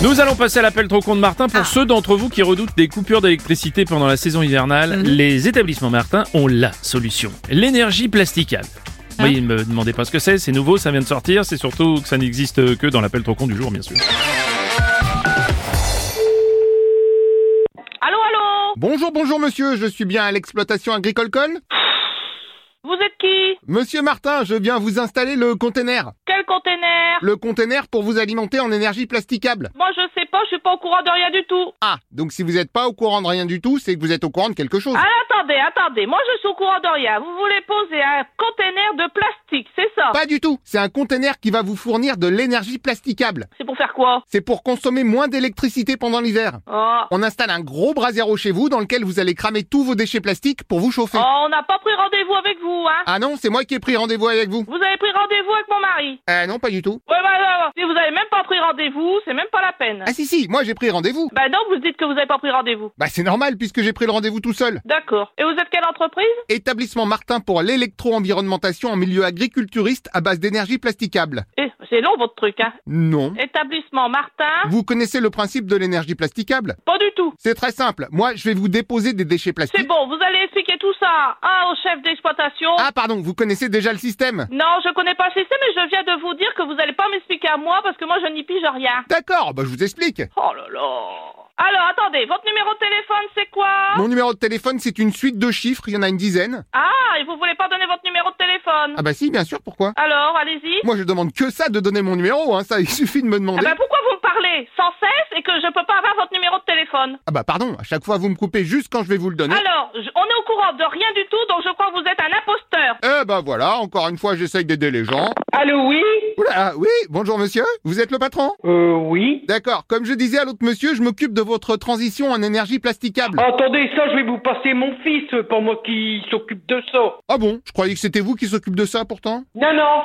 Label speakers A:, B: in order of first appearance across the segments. A: Nous allons passer à l'appel trop con de Martin. Pour ceux d'entre vous qui redoutent des coupures d'électricité pendant la saison hivernale, les établissements Martin ont la solution. L'énergie plasticable. Oui, ne me demandez pas ce que c'est, c'est nouveau, ça vient de sortir, c'est surtout que ça n'existe que dans l'appel trop con du jour, bien sûr.
B: Allô, allô
C: Bonjour, bonjour monsieur, je suis bien à l'exploitation agricole Col.
B: Vous êtes qui
C: Monsieur Martin, je viens vous installer le container.
B: Quel container
C: Le container pour vous alimenter en énergie plasticable.
B: Moi, je sais pas, je suis pas au courant de rien du tout.
C: Ah, donc si vous n'êtes pas au courant de rien du tout, c'est que vous êtes au courant de quelque chose.
B: Ah, attendez, attendez, moi, je suis au courant de rien. Vous voulez poser un container de plastique, c'est ça
C: Pas du tout, c'est un container qui va vous fournir de l'énergie plasticable.
B: C'est pour faire quoi
C: C'est pour consommer moins d'électricité pendant l'hiver.
B: Oh,
C: On installe un gros brasero chez vous dans lequel vous allez cramer tous vos déchets plastiques pour vous chauffer.
B: Oh, on n'a pas pris rendez-vous avec vous, hein
C: Ah non, c'est moi qui ai pris rendez-vous avec vous.
B: Vous avez pris rendez-vous avec mon mari
C: Ah non, pas du tout.
B: Ouais, bah, bah, bah. Si vous avez même pas pris rendez-vous, c'est même pas la peine.
C: Ah si si, moi j'ai pris rendez-vous.
B: Bah non, vous dites que vous avez pas pris rendez-vous.
C: Bah c'est normal puisque j'ai pris le rendez-vous tout seul.
B: D'accord. Et vous êtes quelle entreprise
C: Établissement Martin pour l'électro-environnementation en milieu agriculturiste à base d'énergie plasticable.
B: Eh, c'est long votre truc, hein
C: Non.
B: Établissement Martin
C: Vous connaissez le principe de l'énergie plasticable
B: Pas du tout.
C: C'est très simple. Moi, je vais vous déposer des déchets
B: C'est
C: plastiques.
B: bon, vous allez expliquer tout ça hein, au chef d'exploitation.
C: Ah pardon, vous connaissez déjà le système
B: Non, je connais pas le système, mais je viens de vous dire que vous allez pas m'expliquer à moi parce que moi je n'y pige rien.
C: D'accord, bah je vous explique.
B: Oh là là. Alors attendez, votre numéro de téléphone c'est quoi
C: Mon numéro de téléphone, c'est une suite de chiffres, il y en a une dizaine.
B: Ah, et vous voulez pas donner votre numéro de téléphone
C: Ah bah si, bien sûr, pourquoi
B: Alors, allez-y.
C: Moi, je demande que ça de donner mon numéro, hein, ça, il suffit de me
B: Ah
C: demander.
B: ben pourquoi vous me parlez sans cesse et que je peux pas avoir votre numéro de téléphone
C: Ah bah pardon, à chaque fois vous me coupez juste quand je vais vous le donner.
B: Alors, je- on est au courant de rien du tout, donc je crois que vous êtes un imposteur.
C: Eh bah voilà, encore une fois j'essaye d'aider les gens.
D: Allô, oui
C: Oula, oui, bonjour monsieur, vous êtes le patron
D: Euh, oui.
C: D'accord, comme je disais à l'autre monsieur, je m'occupe de votre transition en énergie
E: Oh.
C: plasticable.
D: Ah, Attendez, ça, je vais vous passer mon fils pour moi qui s'occupe de ça.
C: Ah bon, je croyais que c'était vous qui s'occupe de ça pourtant
D: Non, non.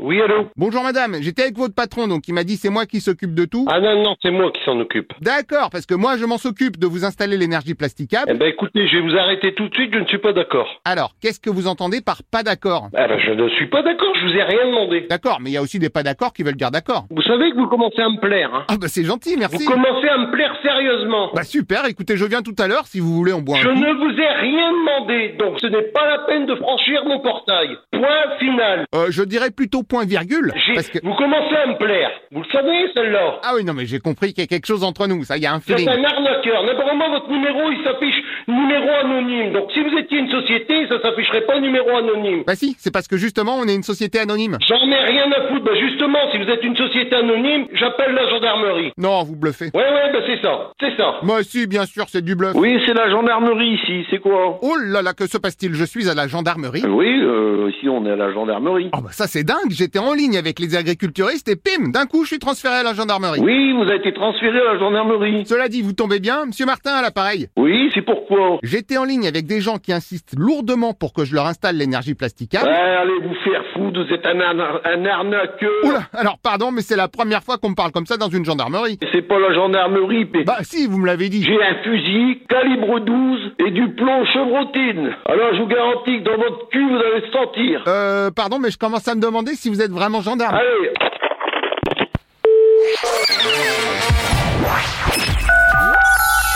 D: Oui, allô
C: Bonjour madame, j'étais avec votre patron donc il m'a dit c'est moi qui s'occupe de tout.
E: Ah non, non, c'est moi qui s'en occupe.
C: D'accord, parce que moi je m'en s'occupe de vous installer l'énergie
E: Eh
C: plasticable.
E: ben écoutez, je vais vous arrêter tout de suite, je ne suis pas d'accord.
C: Alors, qu'est-ce que vous entendez par pas d'accord
E: Ah ben je ne suis pas d'accord, je vous ai rien demandé.
C: D'accord, mais il y a aussi des pas d'accord qui veulent dire d'accord.
E: Vous savez que vous commencez à me plaire, hein
C: Ah bah c'est gentil,
E: Vous
C: merci.
E: commencez à me plaire sérieusement.
C: Bah super, écoutez, je viens tout à l'heure si vous voulez on boit un
E: Je
C: coup.
E: ne vous ai rien demandé, donc ce n'est pas la peine de franchir mon portail. Point final.
C: Euh, je dirais plutôt point virgule,
E: J'ai-
C: parce que...
E: Vous commencez à me plaire. Vous le savez, celle-là.
C: Ah oui, non, mais j'ai compris qu'il y a quelque chose entre nous, ça, il y a un
E: C'est
C: feeling.
E: un arnaqueur. Naturellement, votre numéro, il s'affiche numéro anonyme. Donc si vous étiez une société, ça s'afficherait pas numéro anonyme.
C: Bah si, c'est parce que justement, on est une société anonyme.
E: J'en ai rien à foutre. Ben justement, si vous êtes une société anonyme, j'appelle la gendarmerie.
C: Non, vous bluffez.
E: Ouais, ouais, bah c'est ça, c'est ça.
C: Moi si, bien sûr, c'est du bluff.
F: Oui, c'est la gendarmerie ici, c'est quoi
C: Oh là là, que se passe-t-il Je suis à la gendarmerie.
F: Oui, euh, ici on est à la gendarmerie.
C: Oh bah ça, c'est dingue, j'étais en ligne avec les agriculturistes et pim, d'un coup, je suis transféré à la gendarmerie.
F: Oui, vous avez été transféré à la gendarmerie.
C: Cela dit, vous tombez bien, monsieur Martin à l'appareil.
F: Oui, c'est pourquoi
C: J'étais en ligne avec des gens qui insistent lourdement pour que je leur installe l'énergie
E: Ouais,
F: Ben,
C: plasticable.
E: allez vous faire foutre, vous êtes un, arna- un arnaqueur.
C: Oula, alors pardon, mais c'est la première fois qu'on me parle comme ça dans une gendarmerie.
E: C'est pas la gendarmerie, mais
C: Bah si, vous me l'avez dit.
E: j'ai un fusil calibre 12 et du plomb chevrotine. Alors je vous garantis que dans votre cul, vous allez le sentir.
C: Euh, pardon, mais je commence à me demander si vous êtes vraiment gendarme.
E: Allez,